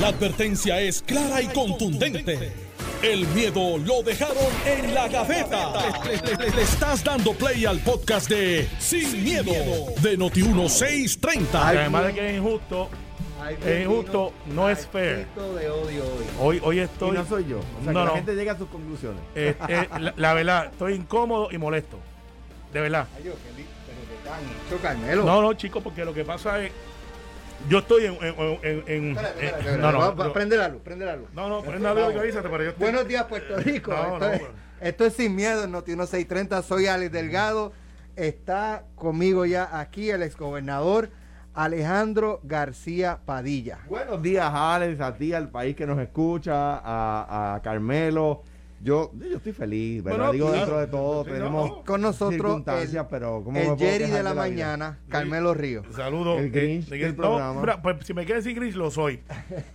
La advertencia es clara y contundente. El miedo lo dejaron en la gaveta. Le, le- le- le estás dando play al podcast de Sin, miedo, de Noti1630. Además de que es injusto, Ay, Es injusto, no es fair. Esto de odio hoy. hoy, hoy estoy. Y no soy yo. O sea, que No, la no. gente llega a sus conclusiones. eh, eh, la, la verdad, estoy incómodo y molesto. De verdad. Ay, yo, Kelly, pero que tan hecho, Carmelo. No, no, chicos, porque lo que pasa es. Yo estoy en. en- en- en- en- Espera, espera, eh, espera, espera. no, no, Va- va- yo- prende la luz, prende la luz. no, no, pero es una vez que avísate, pero yo estoy- Buenos días, Puerto Rico. No, esto, no, es, pero- esto es Sin Miedo en Noti 1630. Soy Alex Delgado. Está conmigo ya aquí el exgobernador Alejandro García Padilla. Buenos días, Alex, a ti, al país que nos escucha, a, a Carmelo. Yo, yo estoy feliz, ¿verdad? Bueno, Digo, claro. dentro de todo, Sí, tenemos no, no. Con nosotros circunstancias, el, pero ¿cómo el me puedo Jerry quejar de la, vida? mañana, Carmelo Ríos. Saludos. El Grinch del Eh, no, programa. mira, pues, si me quieres decir Grinch, lo soy.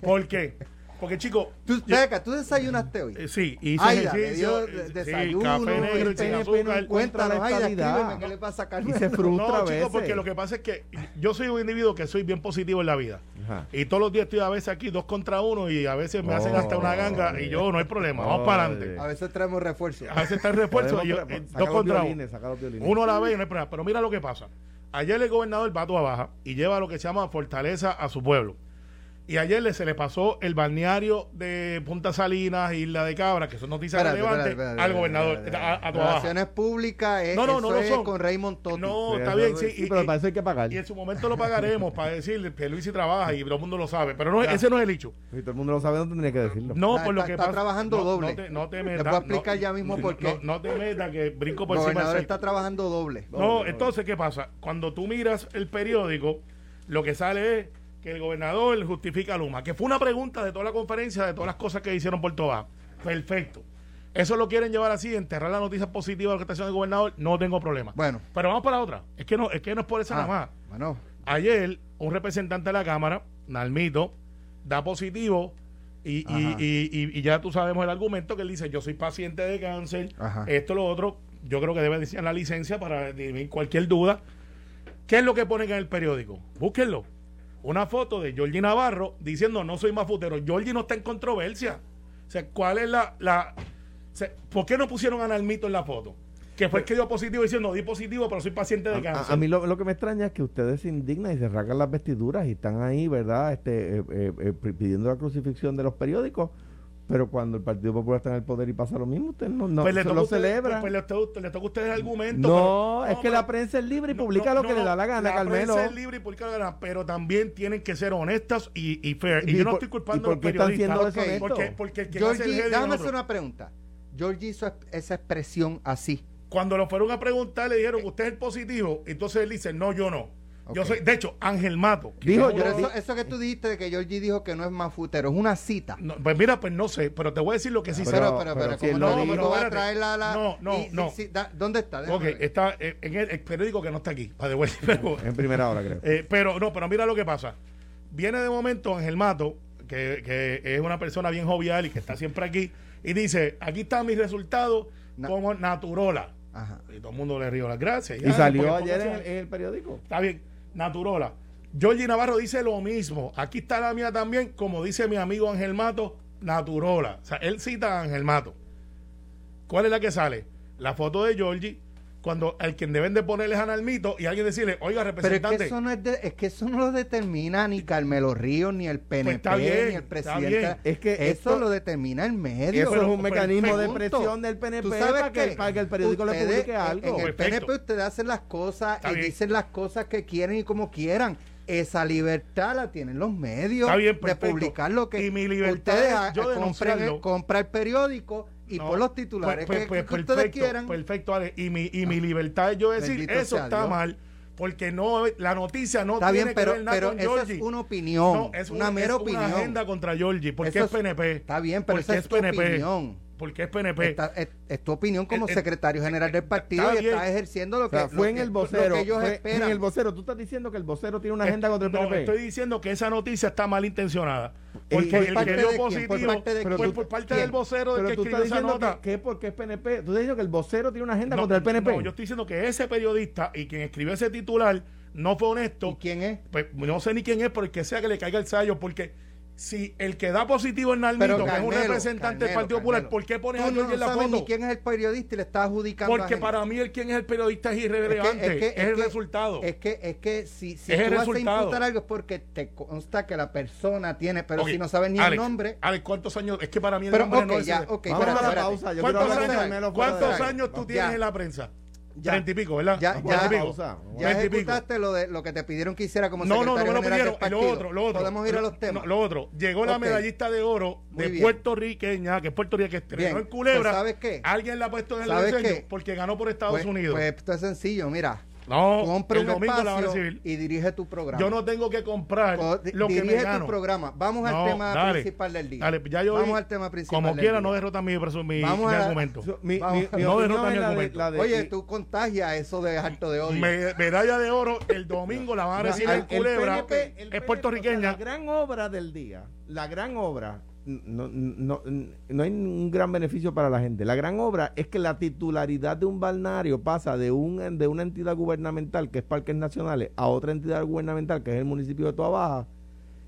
¿Por qué? Porque, chicos. ¿Tú, yo- ven acá, ¿tú desayunaste hoy? eh, sí, hice Aida, me ejercicio, dio eh, de- sí, desayuno, café negro, y este, sin NP no azúcar. encuentra Cuéntanos, la Aida, estabilidad. escríbeme qué le pasa a Y Carmelo. se frustra No, a veces. chicos, porque lo que pasa es que yo soy un individuo que soy bien positivo en la vida. Ajá. Y todos los días estoy a veces aquí dos contra uno y a veces me hacen Oh. hasta una ganga y yo no hay problema, vamos Oh, para adelante. yeah. A veces traemos refuerzos. A veces está el refuerzo Podemos y yo, pre- eh, saca dos los contra violines, uno. saca los violines. Uno a la vez y no hay problema. Pero mira lo que pasa. Ayer el gobernador va a Toa Baja y lleva lo que se llama fortaleza a su pueblo. Y ayer le se le pasó el balneario de Punta Salinas, Isla de Cabra, que son noticias Espérate, relevantes, espérate, espérate, al espérate, gobernador, espérate, a, a Toa Baja. Relaciones públicas, es, No, no, no eso lo es son. con Raymond Totti. No, Sí, está eso- bien, sí. sí, pero para eso hay que pagar. Y en su momento lo pagaremos para decirle que Luis sí trabaja y todo el mundo lo sabe. Pero no, ese no es el hecho. Si todo el mundo lo sabe, no tendría que decirlo. No, Está- por lo está- que está pasa- trabajando no, doble. No te, no te Te metas. puedo explicar no- ya mismo por qué. No, no te metas, que brinco El por encima gobernador del está trabajando doble. No, entonces, ¿qué pasa? Cuando tú miras el periódico, lo que sale es que el gobernador justifica a Luma, que fue una pregunta de toda la conferencia, de todas las cosas que hicieron por Tobá. Perfecto. Eso lo quieren llevar así, enterrar la noticia positiva de lo que está haciendo el gobernador, no tengo problema. Bueno. Pero vamos para otra. Es que no, es que no es por esa Ah, nada más. bueno, Ayer, un representante de la Cámara, Nalmito, da positivo y, y, y- y- y ya tú sabemos el argumento que él dice, yo soy paciente de cáncer, Ajá. esto, lo otro, yo creo que debe decir en la licencia para dirimir cualquier duda. ¿Qué es lo que ponen en el periódico? Búsquenlo. Una foto de Georgie Navarro diciendo, no soy mafutero. Georgie no está en controversia. O sea, ¿cuál es la... la o sea, ¿Por qué no pusieron a Nalmito en la foto? Que fue el que dio positivo diciendo, di positivo, pero soy paciente de A- cáncer. A, a mí lo, lo que me extraña es que ustedes se indignan y se rasgan las vestiduras y están ahí, ¿verdad? Este, eh, eh, eh, pri- pidiendo la crucifixión de los periódicos, pero cuando el Partido Popular está en el poder y pasa lo mismo, ustedes no, no pues le se toca lo a ustedes- celebran. pues- pues le toca, le toca a ustedes el argumento. no, pero- es que pero- la prensa es libre y no, publica no, lo no, que le no, da la gana, Carmelo. prensa es libre y publica lo que le da la gana, pero también tienen que ser honestas y, y fair. Y, ¿Y yo no por- estoy culpando y a los por qué están periodistas. siendo porque, deshonestos? porque, porque el que hace el Georgie, heading déjame es otro. hacer una pregunta. Georgie hizo es- esa expresión así. Cuando lo fueron a preguntar, le dijeron, ¿usted es el positivo? Entonces él dice, no, yo no. Yo Ok. soy, de hecho, Ángel Mato. que Dijo, es yo- Pero uno- eso, eso que tú dijiste de que Georgie dijo que no es mafutero, es una cita. no, Pues mira, pues no sé, pero te voy a decir lo que sí sé. pero, pero, pero, pero si como él lo no, dijo, dijo, va a espérate. traer la... la- No, no, y- y- no. sí, da- ¿Dónde está? Déjame Ok, ver. está eh, en el, el periódico que no está aquí, by the way, pero- En primera hora, creo. Eh, pero no, pero mira lo que pasa. Viene de momento Ángel Mato, que, que es una persona bien jovial y que está siempre aquí, y dice, aquí están mis resultados Na- como Naturola. Ajá. Y todo el mundo le río las gracias. y Ah, salió porque- ayer en el, porque- en el periódico. Está bien, Naturola. Georgie Navarro dice lo mismo. Aquí está la mía también, como dice mi amigo Ángel Mato, Naturola. O sea, él cita a Ángel Mato. ¿Cuál es la que sale? La foto de Georgie, cuando el quien deben de ponerle es a Nalmito y alguien decirle, oiga, Pero representante. es Pues que, eso no es, de- es que eso no lo determina ni Carmelo Ríos, ni el PNP, está bien, ni el está presidente. bien. Es que eso esto- lo determina el medio. Eso pero- es un pero- mecanismo de pregunto, presión del PNP ¿Tú sabes para que, qué? para que el periódico le Ustedes, publique en- algo. En el Perfecto. PNP ustedes hacen las cosas Está y bien. dicen las cosas que quieren y como quieran. Esa libertad la tienen los medios Está bien, de perfecto. publicar lo que Y mi libertad ustedes es ha- yo compran el, denunciarlo. compra el periódico y No. por los titulares Pues, que, pues, que pues, ustedes perfecto, quieran. Ah, Perfecto, Ale. Y mi, y mi libertad es yo decir, Bendito eso sea está Dios. mal, porque no la noticia no Está tiene bien, que pero, ver nada pero con eso es Georgie. una opinión, No, es una un- mera es opinión. Una agenda contra Georgie, porque Eso es es- PNP. está bien, pero Porque esa es tu opinión. Porque es PNP. Esta- es, es tu opinión como Eh, eh, secretario general del partido está y estás bien. ejerciendo lo O que, sea, lo fue en que- el vocero. lo que ellos fue esperan. En el vocero. Tú estás diciendo que el vocero tiene una Es- agenda contra el no, PNP. estoy diciendo que esa noticia está malintencionada. ¿Y Porque por el parte que de dio quién? ¿Por positivo parte de fue quién? por parte ¿Quién? del vocero del Pero que tú escribió estás esa diciendo nota. que, que es porque es PNP. Tú estás diciendo que el vocero tiene una agenda No, contra el PNP. no, yo estoy diciendo que ese periodista y quien escribió ese titular no fue honesto. ¿Y quién es? Pues, no sé ni quién es, pero el que sea que le caiga el sallo, porque si el que da positivo es Nalmito, Pero que es un Carmelo, representante del Carmelo, Partido Popular, Carmelo. ¿por qué pones a Tú no, Georgie en la sabes foto? ni quién es el periodista y le estás adjudicando. a Porque gente. para mí el quien es el periodista es Es que- es irrelevante. Es, que- es el que- resultado. Es que, es que si, si Es tú el vas resultado. a imputar algo es porque te consta que la persona tiene, pero Ok, si no sabes ni el Alex, nombre. Alex, ¿cuántos años? Es que para mí el Pero, nombre ok, no es... ya, ok, Vamos espérate, a la espérate. pausa. Yo quiero ¿Cuántos, hablar de años- Carmelo años, fuera de cuántos aire. años tú Vamos. tienes Ya. en la prensa? Ya. Treinta y pico, ¿verdad? Ya, Treinta ya. y pico. Pausa. Ya Ya Treinta y pico. ejecutaste lo, de, lo que te pidieron que hiciera como No, no, no secretario me lo general del pidieron. Y Lo partido. otro, lo otro. Podemos ir a No, los temas. lo otro. Llegó la Ok. medallista de oro de Muy bien. puertorriqueña, que es puertorriqueña, que estrenó Bien. en Culebra. Pues, ¿sabes qué? Alguien la ha puesto en el ¿Sabes diseño qué? porque ganó por Estados Pues- Unidos. Pues esto es sencillo, mira. no, compra el un domingo la van a espacio recibir. y dirige tu programa. Yo no tengo que comprar Co- di- lo que me dirige gano. tu programa. Vamos No, al tema dale, principal del día. dale, ya yo Vamos vi- al tema principal. Como del quiera, día. no derrota mi, presu- mi, Vamos mi a la- argumento. Su- mi- Vamos. mi- mi No opinión derrota es mi la de- argumento. la de- Oye, y- tú contagias eso de harto de odio. Me- medalla de oro el domingo la van a recibir el- en Culebra. el PNP, el es PNP, o sea, puertorriqueña. la gran obra del día, la gran obra, no, no, no hay un gran beneficio para la gente. La gran obra es que la titularidad de un balneario pasa de, un, de una entidad gubernamental que es Parques Nacionales a otra entidad gubernamental que es el municipio de Toa Baja.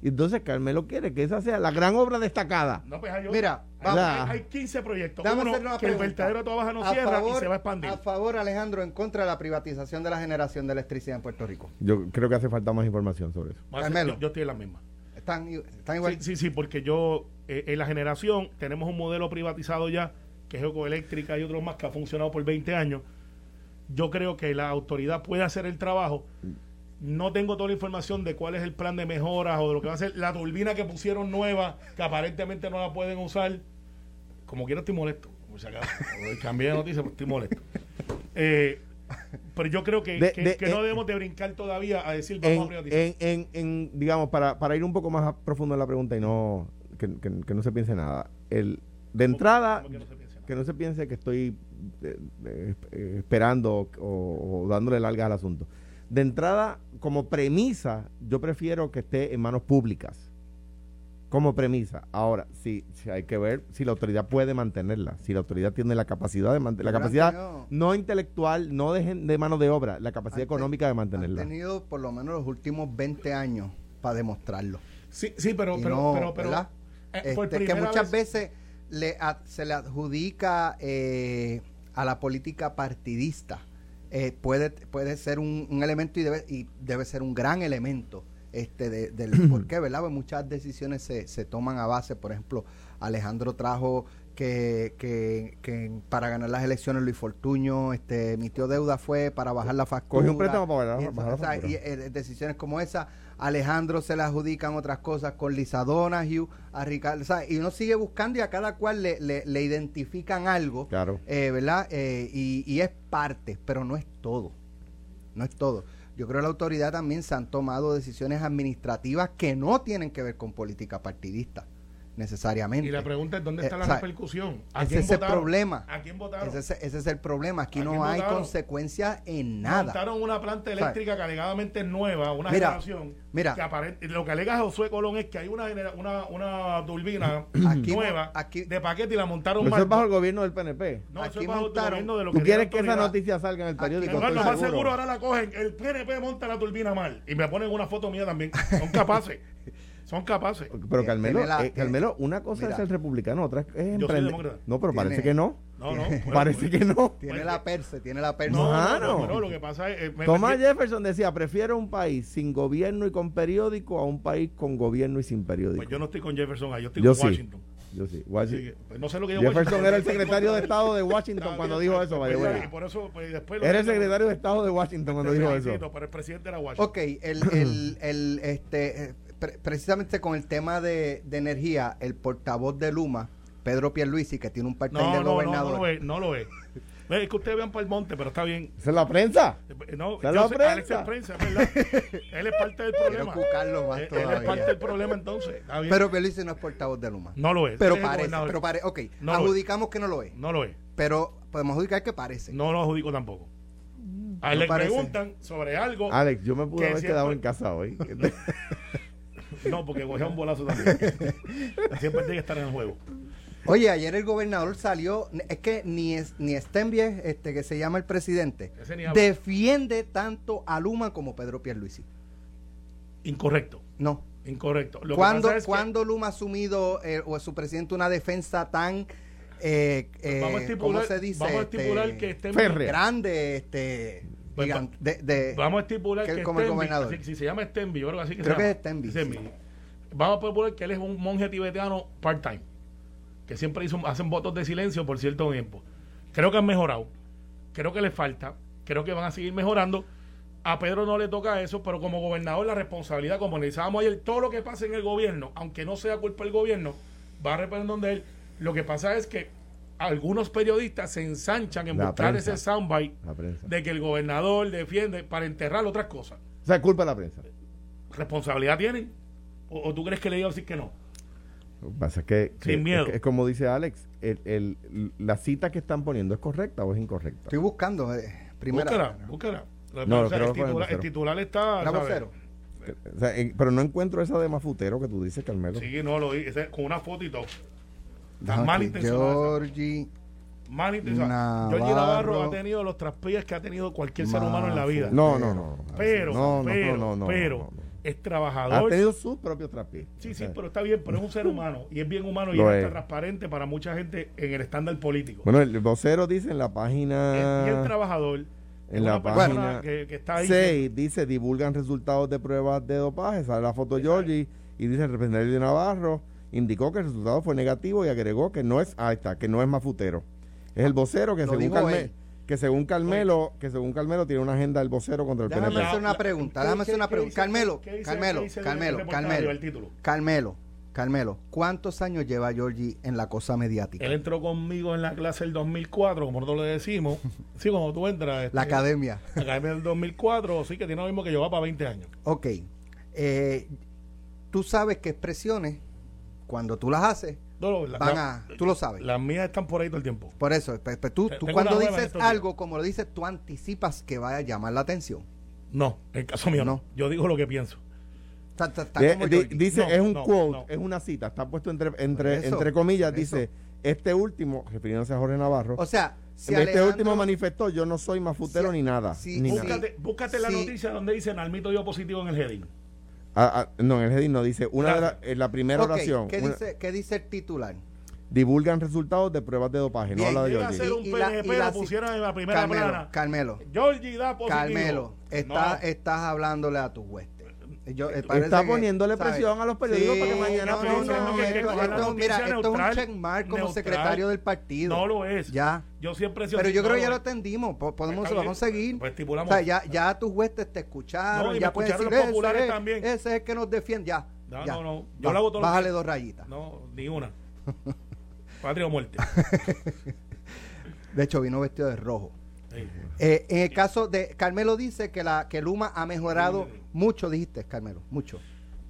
Y entonces Carmelo quiere que esa sea la gran obra destacada. No, pues hay otro. Mira, Hay- vamos. La- hay 15 proyectos. Dame Uno, hacerle una que el pregunta. vertedero de Toa Baja no A cierra y favor- se va a expandir. A favor, Alejandro, en contra de la privatización de la generación de electricidad en Puerto Rico. Yo creo que hace falta más información sobre eso. Va a ser- Carmelo. Yo, yo estoy en la misma. Están, i- están Sí, igual. sí, sí, porque yo, eh, en la generación, tenemos un modelo privatizado ya, que es Ecoeléctrica y otros más, que ha funcionado por 20 años. Yo creo que la autoridad puede hacer el trabajo. No tengo toda la información de cuál es el plan de mejoras o de lo que va a hacer. La turbina que pusieron nueva, que aparentemente no la pueden usar. Como quiera, estoy molesto. Por si acaso. Cambié de noticia, pero estoy molesto. Eh, pero yo creo que, De- que- de- que no eh, debemos de brincar todavía a decir vamos a En, privatizar. en, en- en, digamos, para, para ir un poco más a profundo en la pregunta y no que, que- que no se piense nada. El, de entrada, ¿Cómo que no se piense nada? que no se piense que estoy eh, eh, eh, esperando o, o dándole largas al asunto. De entrada, como premisa, yo prefiero que esté en manos públicas. Como premisa. Ahora, sí, sí, hay que ver si la autoridad puede mantenerla, si la autoridad tiene la capacidad de mantenerla, la Pero han capacidad tenido- no intelectual, no de, gen- de mano de obra, la capacidad Han te- económica de Han mantenerla. tenido por lo menos los últimos 20 años para demostrarlo. Sí, sí, pero, Y pero, no, pero, pero, ¿verdad? eh, por Este, que primera muchas vez- veces le ad- se le adjudica eh, a la política partidista. Eh, puede, puede ser un, un elemento y debe, y debe ser un gran elemento este de- del por qué, ¿verdad? Pues muchas decisiones se, se toman a base, por ejemplo, Alejandro trajo que, que- que para ganar las elecciones Luis Fortuño este, emitió deuda fue para bajar la factura. Cogió un préstamo para bajar- Y eso, bajar la o sea, factura. y eh, decisiones como esa. Alejandro se le adjudican otras cosas con Lisa Donahue, a Ricardo. o sea, y uno sigue buscando y a cada cual le, le- le identifican algo, Claro. eh, ¿verdad? Eh, y, y es parte, pero no es todo. No es todo. Yo creo que la autoridad también se han tomado decisiones administrativas que no tienen que ver con política partidista, necesariamente. Y la pregunta es: ¿dónde Eh, está la o sea, repercusión? ese es el votaron? problema. ¿A quién votaron? Ese es, ese es el problema. Aquí ¿A no quién hay votaron? consecuencias en nada. Montaron una planta eléctrica que alegadamente es nueva, una Mira, generación. mira. que aparent- lo que alega Josué Colón es que hay una, genera- una, una turbina Aquí mo- nueva aquí- de paquete y la montaron Pero eso mal. es bajo el gobierno del PNP. No, eso aquí es bajo el montaron- gobierno de lo ¿Tú diga la quieres que esa autoridad. noticia salga en el Aquí- periódico? Eduardo, Estoy más seguro ahora la cogen. El PNP monta la turbina mal. Y me ponen una foto mía también. Son capaces. Son capaces. Pero Tiene Carmelo, la- eh, Carmelo, una cosa Mira. es el republicano, otra es emprender. demócrata. No, pero parece Tiene- que no. No, no. bueno, parece que no. Tiene la perse, tiene la perse. Pues Eh, No, no, no, Mano. no, lo que pasa es. eh, me- Thomas me- Jefferson decía, prefiero un país sin gobierno y con periódico a un país con gobierno y sin periódico. Pues yo no estoy con Jefferson ahí, yo estoy Yo con sí. Washington. Yo sí. Así Washington- que, pues, no sé lo que dijo Jefferson Washington. era el secretario de Estado de Washington Estaba cuando bien, dijo pues, eso, pues, by the pues, way. y por eso, pues, después lo Era el dijo- secretario de Estado de Washington cuando dijo eso. Felicito, Pero el presidente era Washington. Ok, el, el, el, este, eh, pre- precisamente con el tema de, de energía, el portavoz de Luma, Pedro Pierluisi, que tiene un part No, de no, no, no gobernador. lo es, no lo es. No, Es que ustedes vean para el monte, pero está bien. Esa es la prensa. Eh, No, Está yo la sé- prensa. Alex es prensa, es ¿verdad? Él es parte del Quiero problema. Eh, buscarlo más Él, él es todavía. parte del problema entonces. Está bien. pero Pierluisi no es portavoz de Luma. no lo es. pero Él es el parece, gobernador. pero parece. Ok, No lo es. adjudicamos que no lo es. No lo es. Pero podemos adjudicar que parece. No lo adjudico tampoco. A él No le parece. preguntan sobre algo. Alex, yo me pude pues, Que haber siempre- quedado en casa hoy. No, porque cogía un bolazo también. Siempre tiene que estar en el juego. Oye, ayer el gobernador salió, es que ni, es, ni Stenbies, este que se llama el presidente, Ese ni habla. defiende tanto a Luma como Pedro Pierluisi. Incorrecto. No, Incorrecto. Lo que ¿Cuándo, pasa es que- cuándo Luma ha asumido eh, o su presidente una defensa tan, eh, eh, vamos a estipular, ¿cómo se dice? vamos a estipular Este, que este férrea. grande, este, Pues, gigan- va- de- de- Vamos a estipular que que, es como el Stenby, gobernador. así- si se llama Stenby, yo creo que así que Creo se que llama. es Stenby, sí. Vamos a estipular que él es un monje tibetano part-time, que siempre hizo, hacen votos de silencio por cierto tiempo. Creo que han mejorado, creo que les falta, creo que van a seguir mejorando. A Pedro no le toca eso, pero como gobernador la responsabilidad, como analizábamos ayer, todo lo que pasa en el gobierno, aunque no sea culpa del gobierno, va a reparar donde él. Lo que pasa es que algunos periodistas se ensanchan en La buscar prensa. ese soundbite La prensa. de que el gobernador defiende para enterrar otras cosas. O sea, es culpa de la prensa. ¿Responsabilidad tienen? ¿O, o tú crees que le iba a decir que no? Lo que pasa es que, que- Sin miedo. es, que- es como dice Alex, el, el- la cita que están poniendo es correcta o es incorrecta. Estoy buscando. eh, primera. Búscala, búscala. Lo que pasa No, lo es que creo el, que fue en titular, el vocero. titular está... Era ¿sabes? vocero. O sea, en- pero no encuentro esa de mafutero que tú dices, Carmelo. Sí, no, lo vi, ese- con una foto y todo. Está Déjame mal aquí, intencionado. Georgie Mal intencionado. Georgie Navarro. Navarro ha tenido los traspiés que ha tenido cualquier ser humano en la vida. No, no, no. no. Pero, no, no, pero, no, no, no, pero, no, no. es Ha trabajador. tenido sus propios trapiés. Sí, O sí, sea, pero está bien, pero es un ser humano y es bien humano y Lo es hasta es. transparente para mucha gente en el estándar político. Bueno, el vocero dice en la página. es bien trabajador. es en la una persona página que, que está ahí. 6 dice divulgan resultados de pruebas de dopaje. Sale la foto de Georgie y dice el representante de Navarro indicó que el resultado fue negativo y agregó que no es ah, ahí está, que no es mafutero. Es el vocero que Lo según dijo Carme- él. que según Carmelo, que según Carmelo tiene una agenda del vocero contra el Déjame PNP. hacer una La- pregunta, ¿qué déjame dice- hacer una qué pregunta. dice- Carmelo, qué dice- Carmelo, qué dice el Carmelo, reportaje, Carmelo, el título? Carmelo, Carmelo, ¿cuántos años lleva Georgie en la cosa mediática? Él entró conmigo en la clase del 2004, como nosotros le decimos. Sí, cuando tú entras. este, La academia. la academia del 2004, sí que tiene lo mismo que yo, va para 20 años. Ok. eh, tú sabes que expresiones, cuando tú las haces, No, no, la- van la- a. Tú lo sabes. Las mías están por ahí todo el tiempo. Por eso, pe- pe- tú, Te- tú tengo cuando una nueva en dices estos días. algo, como lo dices, tú anticipas que vaya a llamar la atención. No, en el caso mío no. No. Yo digo lo que pienso. Está- está- está De- como Eh, di- Georgie. dice, No, es un no, quote, no. es una cita, está puesto entre, entre, Por eso, entre comillas, por eso. dice, este último, refiriéndose a Jorge Navarro, o sea, si este Alejandro- último manifestó, yo no soy mafutero si- ni nada. si- ni si- nada. Búscate, búscate la Sí. noticia donde dice Nalmito dio positivo en el heading. Ah, ah, no, en el heading no dice, una de la, en la primera Ok, oración, ¿qué, una- dice, ¿Qué dice el titular? divulgan resultados de pruebas de dopaje, Bien, no habla de Llega a Georgie. ser un Y- y la- PNP, y la, la ci- pusieron en la primera Carmelo, plana. Carmelo, Georgie da positivo. Carmelo, está, No. estás hablándole a tu hueste. Yo- eh, parece Está que- poniéndole ¿sabes? presión a los periódicos Sí, para que mañana no, pero no, dice, no, no, que- que esto- coja la esto- noticia Mira, esto es un neutral, checkmark como neutral. secretario del partido. No lo es. Ya. Yo siempre he sido Pero así, yo no creo que lo ya es. lo entendimos. po- Podemos, Está lo vamos a bien, seguir. pues estipulamos. O sea, ya, ya tus huestes te escucharon. No, y me ya puedes escucharon decir, los populares ese, es- también". ese es el que nos defiende. Ya. No, ya. no, no, yo lo hago todos los Bájale días. dos rayitas. No, ni una. Patria o muerte. De hecho, vino vestido de rojo. Sí. Eh, en el caso de Carmelo dice que la que Luma ha mejorado mucho, dijiste, Carmelo, mucho.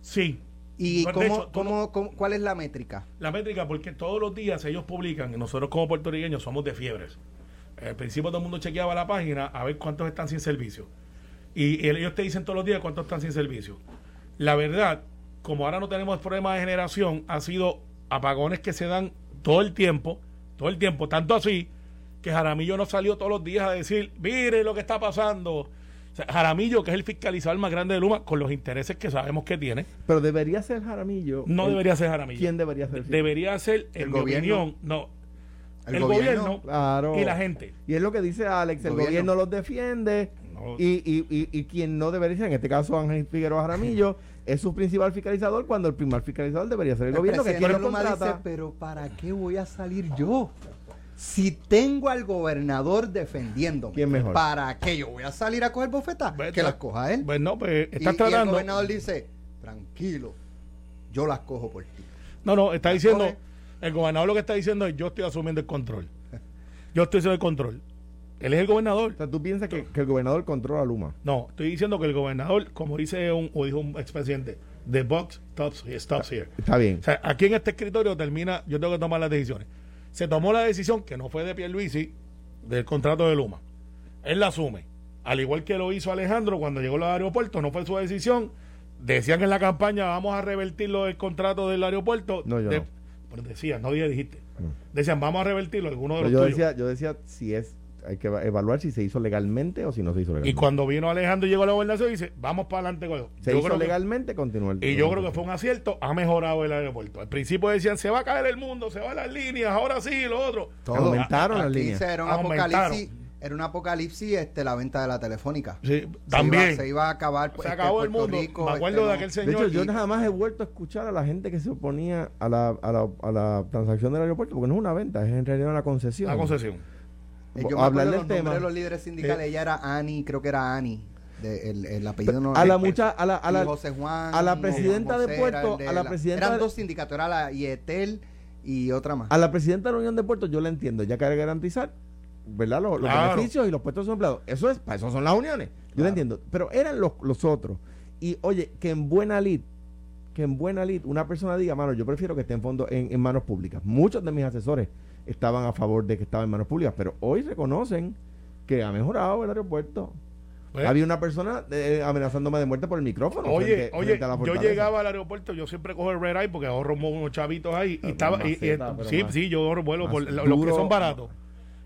Sí. ¿Y No, de cómo, hecho, tú cómo- cómo- cuál es la métrica? La métrica, porque todos los días ellos publican, y nosotros como puertorriqueños somos de fiebres. Al principio todo el mundo chequeaba la página a ver cuántos están sin servicio. Y, y ellos te dicen todos los días cuántos están sin servicio. La verdad, como ahora no tenemos problemas de generación, ha sido apagones que se dan todo el tiempo, todo el tiempo, tanto así que Jaramillo no salió todos los días a decir, mire lo que está pasando. O sea, Jaramillo, que es el fiscalizador más grande de Luma, con los intereses que sabemos que tiene, Pero debería ser Jaramillo. no el- debería ser Jaramillo. ¿Quién debería ser? Debería ser, en ¿El mi gobierno? opinión, no. El, El gobierno, gobierno, Claro. y la gente. Y es lo que dice Alex, el Gobierno. gobierno, los defiende No. y, y, y, y quien no debería ser, en este caso Ángel Figueroa Jaramillo, es su principal fiscalizador cuando el primer fiscalizador debería ser el, gobierno que presidente quien lo Luma contrata. dice, pero ¿para qué voy a salir yo? Si tengo al gobernador defendiéndome, ¿Quién mejor? ¿para qué yo voy a salir a coger bofetas? Vete. Que las coja él. Pues no, pues Y- estás y, el tratando. gobernador dice, tranquilo, yo las cojo por ti. No, no, está diciendo. Coge. El gobernador lo que está diciendo es: yo estoy asumiendo el control. Yo estoy haciendo el control. Él es el gobernador. O sea, tú piensas que, que el gobernador controla a Luma. No, estoy diciendo que el gobernador, como dice un, o dijo un expresidente, the box stops, stops here. Está bien. O sea, aquí en este escritorio termina, yo tengo que tomar las decisiones. Se tomó la decisión que no fue de Pierluisi del contrato de Luma. Él la asume. Al igual que lo hizo Alejandro cuando llegó al aeropuerto, no fue su decisión. Decían en la campaña, vamos a revertirlo del contrato del aeropuerto. No, yo De- no. Mm. Pero decían, no dije, dijiste. Decían, vamos a revertirlo, alguno de Pero los yo tuyos. decía, yo decía si es hay que evaluar si se hizo legalmente o si no se hizo Y legalmente. cuando vino Alejandro y llegó a la gobernación, dice, vamos para adelante con eso. se Yo hizo creo que- legalmente, continúa el y yo creo que fue un acierto, ha mejorado el aeropuerto. Al principio decían, se va a caer el mundo, se van las líneas, ahora sí, lo otro. Todo. Aumentaron las Aquí líneas. se- Era un Aumentaron. apocalipsis, era un apocalipsis este, la venta de la telefónica. Sí, Se también. iba- Se iba, a acabar. se pues, este, acabó el Puerto mundo. Rico, Me acuerdo este, de no. aquel De señor. hecho, yo nada más he vuelto a escuchar a la gente que se oponía a la, a la, a la transacción del aeropuerto, porque no es una venta, es en realidad una concesión. la concesión. Eh, yo Bo- me hablar acuerdo del los nombres tema. Eh, de los líderes sindicales. Ella era Ani, creo que era Ani. de- el, el apellido no a la recuerdo. mucha, a la, a Y la, José Juan, a la y presidenta de José Puerto, era el de a la presidenta Eran de- dos sindicatos, era la IETEL y otra más. a la presidenta de la Unión de Puertos, yo la entiendo, ya que hay que garantizar, ¿verdad? Los, los Claro. beneficios y los puestos de sus empleados. Eso es, para eso son las uniones. Yo la entiendo. Pero eran los, los otros. Y oye, que en buena lid, que en buena lid, una persona diga, mano, yo prefiero que esté en fondo en, en manos públicas. Muchos de mis asesores estaban a favor de que estaba en manos públicas, pero hoy reconocen que ha mejorado el aeropuerto. Pues, Había una persona eh, amenazándome de muerte por el micrófono. Oye, frente- oye, frente a la yo fortaleza. llegaba al aeropuerto, yo siempre cojo el red eye porque ahorro mo- unos chavitos ahí y Ah, estaba y- y maceta, esto- pero sí, más- sí, yo ahorro vuelo por más lo- los que duro. son baratos.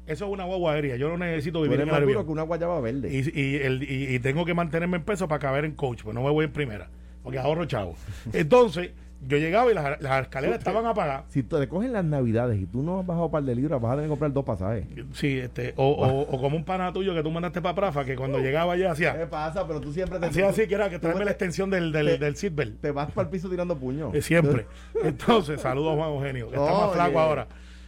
Eso es una guagua aérea, yo no necesito Tú vivir eres en el más duro que avión. una guayaba verde. Y, y el- y- y tengo que mantenerme en peso para caber en coach, pues no me voy en primera, porque ahorro chavo. Entonces, yo llegaba y las, las escaleras estaban apagadas. Si te cogen las navidades y tú no has bajado un par de libras, vas a tener que comprar dos pasajes. Sí, este, o, o- o como un pana tuyo que tú mandaste para Prafa, que Uh, cuando llegaba allá hacía, pasa? Pero tú siempre te, hacía así que era que tráeme la extensión del, del, te- del seatbelt. te vas para el piso tirando puños. Eh, Siempre. Entonces, saludos a Juan Eugenio, que está más Oye. flaco ahora.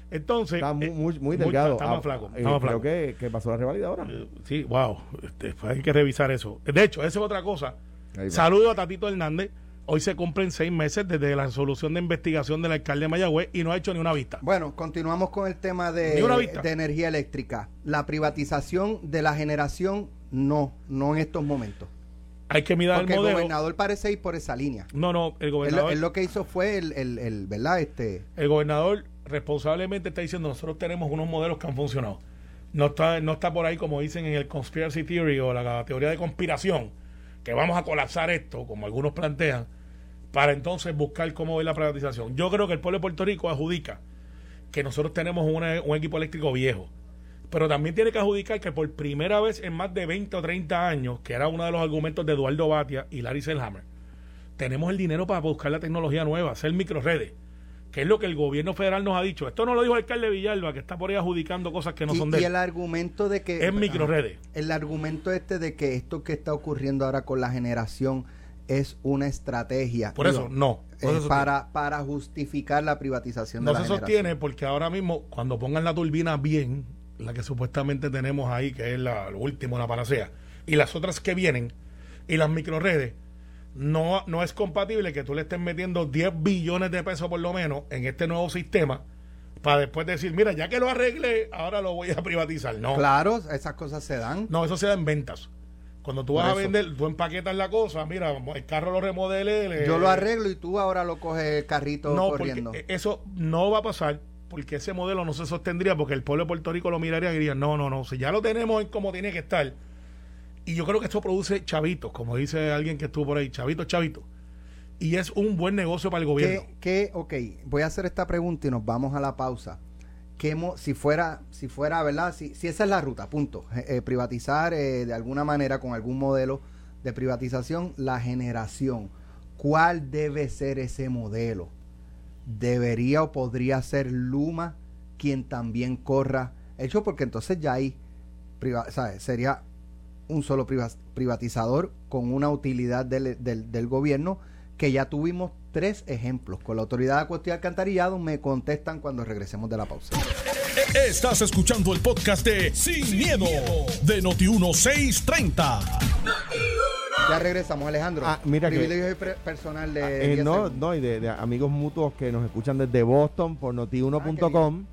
Entonces. Está muy, eh, muy, muy delgado. Está más Ah, flaco. eh, Está más flaco. Creo que, que pasó la revalida ahora. Eh, Sí, wow. Este, pues hay que revisar eso. De hecho, esa es otra cosa. Ahí va. Saludo a Tatito Hernández. Hoy se cumplen seis meses desde la resolución de investigación del alcalde de Mayagüez y no ha hecho ni una vista. Bueno, continuamos con el tema de, Ni una vista. de energía eléctrica. La privatización de la generación, no, no en estos momentos. Hay que mirar Porque el el modelo. gobernador parece ir por esa línea. no, no, el Él, lo- gobernador. él lo que hizo fue el, el, el- ¿verdad? Este, el gobernador responsablemente está diciendo nosotros tenemos unos modelos que han funcionado. No está, no está por ahí como dicen en el conspiracy theory o la teoría de conspiración, que vamos a colapsar esto, como algunos plantean, para entonces buscar cómo es la privatización. Yo creo que el pueblo de Puerto Rico adjudica que nosotros tenemos una- un equipo eléctrico viejo. Pero también tiene que adjudicar que por primera vez en más de 20 o 30 años, que era uno de los argumentos de Eduardo Batia y Larry Selhammer, tenemos el dinero para buscar la tecnología nueva, hacer microredes, que es lo que el gobierno federal nos ha dicho. Esto no lo dijo el alcalde Villalba, que está por ahí adjudicando cosas que no y, son de y él. el argumento de que... Es microredes. El argumento este de que esto que está ocurriendo ahora con la generación es una estrategia. Por eso, Digo, no. No se eh, sostiene. para, para justificar la privatización no de la se sostiene porque ahora mismo, cuando pongan la turbina bien, la que supuestamente tenemos ahí, que es la, lo último, la panacea, y las otras que vienen, y las microredes, no, no es compatible que tú le estés metiendo 10 billones de pesos por lo menos en este nuevo sistema para después decir, mira, ya que lo arreglé, ahora lo voy a privatizar. No. Claro, esas cosas se dan. No, eso se da en ventas. Cuando tú Por vas a eso. vender, tú empaquetas la cosa, mira, el carro lo remodele. le- Yo lo arreglo y tú ahora lo coges el carrito eh, No, corriendo. porque eh, e, eso no va a pasar porque ese modelo no se sostendría porque el pueblo de Puerto Rico lo miraría y diría, no, no, no, si ya lo tenemos en como tiene que estar. Y yo creo que esto produce chavitos, como dice alguien que estuvo por ahí, chavitos, chavitos. Y es un buen negocio para el gobierno. ¿Qué, qué- ok, voy a hacer esta pregunta y nos vamos a la pausa. ¿Qué mo- si fuera, si fuera, ¿verdad? Si, si esa es la ruta, punto. Eh, eh, privatizar eh, de alguna manera con algún modelo de privatización la generación. ¿Cuál debe ser ese modelo? ¿Debería o podría ser Luma quien también corra? Hecho porque entonces ya hay, priva- ¿sabes? Sería un solo priva- privatizador con una utilidad del, del- del gobierno que ya tuvimos tres ejemplos. Con la autoridad de Acuesto y Alcantarillado me contestan cuando regresemos de la pausa. Estás escuchando el podcast de Sin, miedo, de Noti1630. Ya regresamos, Alejandro. Ah, mira que- Privilegio personal de... Ah, eh, 10 no, segundos. no, y de, de amigos mutuos que nos escuchan desde Boston por noti1.com.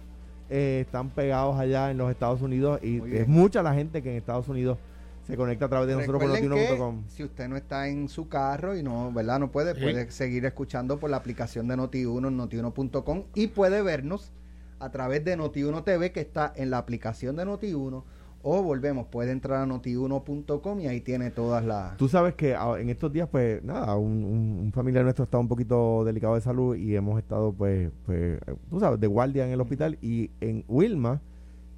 eh, están pegados allá en los Estados Unidos y Muy es bien. mucha la gente que en Estados Unidos se conecta a través de nosotros por Recuerden noti1.com. que si usted no está en su carro y no, ¿verdad? No puede, Sí. puede seguir escuchando por la aplicación de Noti1 en noti1.com y puede vernos a través de Noti1 TV que está en la aplicación de Noti1 o volvemos, puede entrar a noti1.com y ahí tiene todas las... Tú sabes que ah, en estos días, pues nada, un, un- un familiar nuestro está un poquito delicado de salud y hemos estado, pues, pues, eh, tú sabes, de guardia en el hospital. Y en Wilma,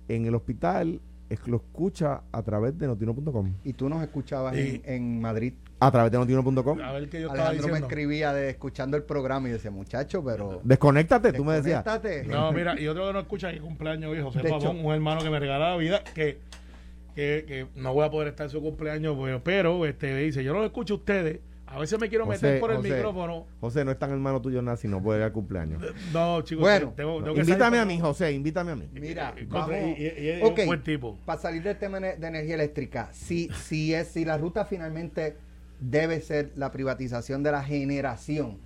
en el hospital, es- lo escucha a través de notiuno.com. Y tú nos escuchabas Sí. en, en Madrid. A través de notiuno.com. A ver qué yo estaba Alejandro me diciendo. escribía de, escuchando el programa y decía, muchacho, pero... Desconéctate, tú me decías. desconéctate". No, mira, y otro que no escucha que cumpleaños hoy, José De hecho- Pavón, un hermano que me regalaba vida, que, que, que no voy a poder estar en su cumpleaños, pero, pero este me dice, yo no lo escucho a ustedes, a veces me quiero meter por el José, micrófono. José, no es tan hermano tuyo nada si no puede ir al cumpleaños. No, chicos, Bueno, tengo, tengo que Invítame salir a mí, José, invítame a mí. Mira, Y- y- vamos. y- y- y es Ok, un buen tipo. Para salir del tema ene- de energía eléctrica, si, si, es, si la ruta finalmente debe ser la privatización de la generación,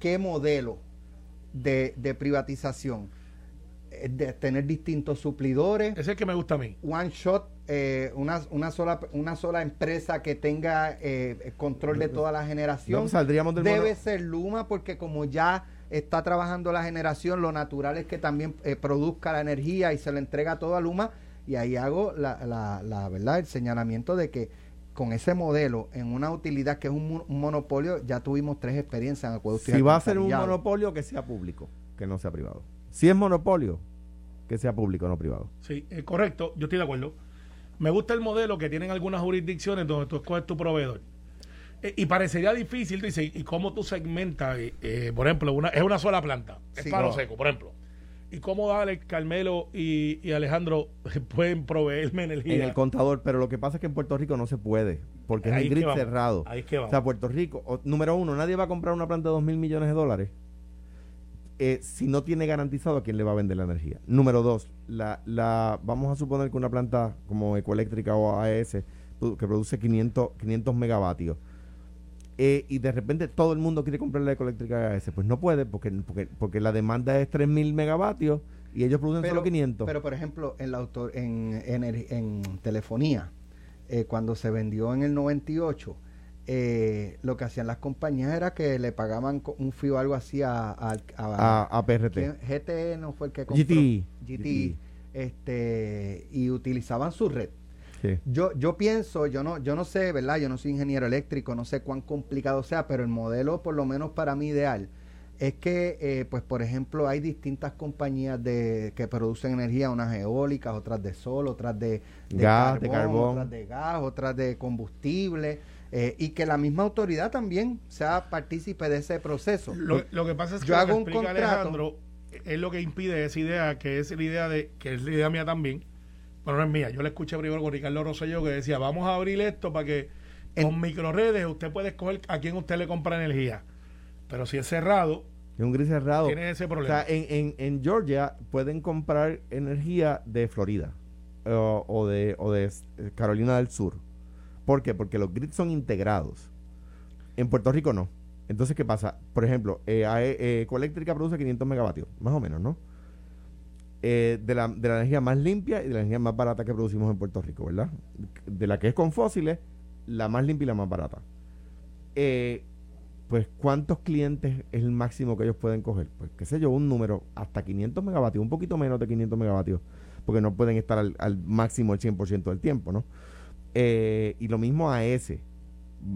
¿qué modelo de, de privatización? Eh, De tener distintos suplidores, Ese es el que me gusta a mí. one shot, eh, una, una, sola, una sola empresa que tenga eh, el control de toda la generación. No, saldríamos del Debe mono- ser Luma porque como ya está trabajando la generación, lo natural es que también eh, produzca la energía y se le entrega todo a Luma. Y ahí hago la, la- la verdad, el señalamiento de que con ese modelo, en una utilidad que es un, mo- un monopolio, ya tuvimos tres experiencias en acueductos y Si va a ser un alcantarillado. monopolio, que sea público, que no sea privado. Si es monopolio, que sea público, no privado. Sí, es correcto, yo estoy de acuerdo. Me gusta el modelo que tienen algunas jurisdicciones donde tú escoges tu proveedor. Eh, y parecería difícil, dice, ¿y cómo tú segmentas? eh, eh, por ejemplo, una, es una sola planta, es Sí, palo no. seco, por ejemplo. ¿Y cómo Alex, Carmelo y, y Alejandro pueden proveerme energía? En el contador, pero lo que pasa es que en Puerto Rico no se puede, porque es Ahí el es que grid vamos, cerrado. ahí es que O sea, vamos. Puerto Rico, o- número uno, nadie va a comprar una planta de 2 mil millones de dólares eh, si no tiene garantizado a quién le va a vender la energía. Número dos, la, la, vamos a suponer que una planta como Ecoeléctrica o AES, produ- que produce 500, 500 megavatios, eh, y de repente todo el mundo quiere comprar la Ecoeléctrica AES, pues no puede, porque, porque, porque la demanda es 3 mil megavatios y ellos producen solo 500. pero, por ejemplo, en, la auto- en, en el- en telefonía, eh, cuando se vendió en el 98, eh, lo que hacían las compañías era que le pagaban co- un fío o algo así a, a- a- a, a PRT. ¿quién? GTE no fue el que compró. GT. GT, E. Este, y utilizaban su red. Sí. Yo, yo pienso, yo no, yo no sé, ¿verdad? Yo no soy ingeniero eléctrico, no sé cuán complicado sea, pero el modelo, por lo menos para mí ideal, es que, eh, pues, por ejemplo, hay distintas compañías de, que producen energía, unas eólicas, otras de sol, otras de, Gas, de carbón. otras de gas, otras de combustible, eh, y que la misma autoridad también sea partícipe de ese proceso. Lo, Pues, lo que pasa es que Yo lo hago que un explica contrato. Alejandro es lo que impide esa idea, que es la idea de, que es la idea mía también, pero no es mía. Yo la escuché primero con Ricardo Rosselló que decía, vamos a abrir esto para que con microredes usted puede escoger a quién usted le compra energía. Pero si es cerrado, Es un gris cerrado. Tiene ese problema. O sea, en, en, en Georgia pueden comprar energía de Florida eh, o, o de, o de S- eh, Carolina del Sur. ¿Por qué? Porque los grids son integrados. En Puerto Rico no. Entonces, ¿qué pasa? Por ejemplo, eh, AE, eh, Ecoeléctrica produce 500 megavatios, más o menos, ¿no? Eh, de, la, de la energía más limpia y de la energía más barata que producimos en Puerto Rico, ¿verdad? De la que es con fósiles, la más limpia y la más barata. Eh, pues cuántos clientes es el máximo que ellos pueden coger. Pues qué sé yo, un número hasta 500 megavatios, un poquito menos de 500 megavatios, porque no pueden estar al, al máximo el 100% del tiempo, ¿no? Eh, y lo mismo a ese.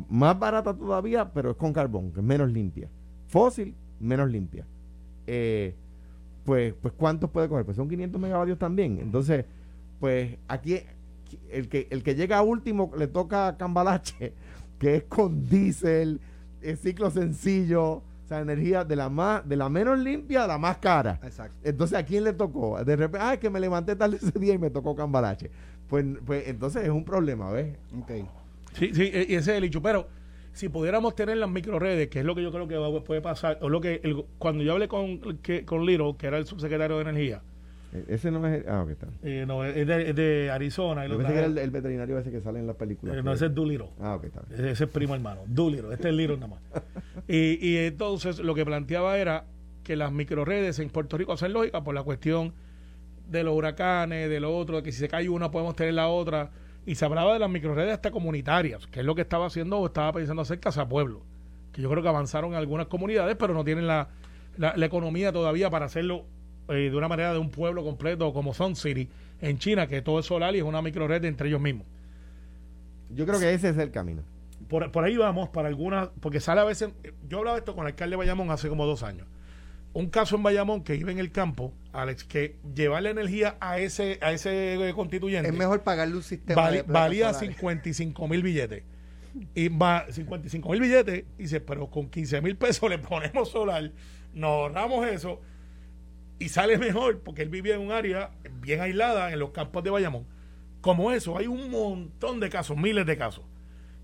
Más barata todavía, pero es con carbón, que es menos limpia. Fósil, menos limpia. Eh, pues, pues ¿cuántos puede coger? Pues son 500 megavatios también. Entonces, pues aquí el que, el que llega último le toca a Cambalache, que es con diésel, es ciclo sencillo, o sea, energía de la más, de la menos limpia a la más cara. Exacto. Entonces, ¿a quién le tocó? De repente, ah, es que me levanté tarde ese día y me tocó Cambalache. Pues, pues entonces es un problema, ¿ves? Ok. Sí, sí, e- y ese es el hecho. Pero si pudiéramos tener las microredes, que es lo que yo creo que va- puede pasar, o lo que el- cuando yo hablé con, que, con Liro, que era el subsecretario de Energía, E- Ese no es el, ah, ok, está. eh, no, es de, es de Arizona, y lo Yo pensé que era trajeron. el, el veterinario ese que sale en las películas. Eh, no, ese es Duliro. Ah, ok, está bien. Ese es primo hermano, Duliro, este es Liro nada más. Y, y entonces lo que planteaba era que las microredes en Puerto Rico hacen lógica por la cuestión de los huracanes, de lo otro, de que si se cae una podemos tener la otra. Y se hablaba de las microredes hasta comunitarias, que es lo que estaba haciendo o estaba pensando hacer Casa Pueblo, que yo creo que avanzaron algunas comunidades, pero no tienen la, la- la economía todavía para hacerlo eh, de una manera de un pueblo completo como Sun City en China, que todo es solar y es una microred entre ellos mismos Yo creo que ese es el camino. por, por ahí vamos para algunas, porque sale a veces, yo hablaba esto con el alcalde de Bayamón hace como dos años, un caso en Bayamón que iba en el campo, Alex, que llevarle energía a ese, a ese eh, constituyente Es mejor pagarle un sistema. vali- de placas valía solares. 55 mil billetes. Y va 55 mil billetes, y dice, pero con 15 mil pesos le ponemos solar, nos ahorramos eso, y sale mejor, porque él vivía en un área bien aislada en los campos de Bayamón. Como eso, hay un montón de casos, miles de casos,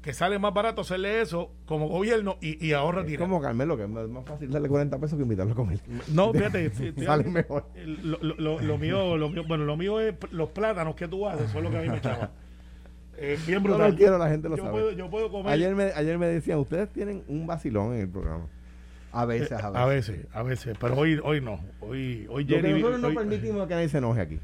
que sale más barato hacerle eso como gobierno y, y ahorra Es dinero. como Carmelo, que es más más fácil darle 40 pesos que invitarlo a comer. No, fíjate, sí, estoy- Sale mejor. Lo, lo- lo- lo mío, lo mío, bueno, lo mío es p- los plátanos que tú haces, son lo que a mí me llama. bien No brutal. lo quiero, la gente lo yo sabe. Puedo, yo puedo comer. Ayer me, ayer me decían, ustedes tienen un vacilón en el programa. A veces, a veces. a veces, a veces, pero hoy, hoy no. Hoy, hoy Lo que Jerry- nosotros no hoy- permitimos es que nadie se enoje aquí.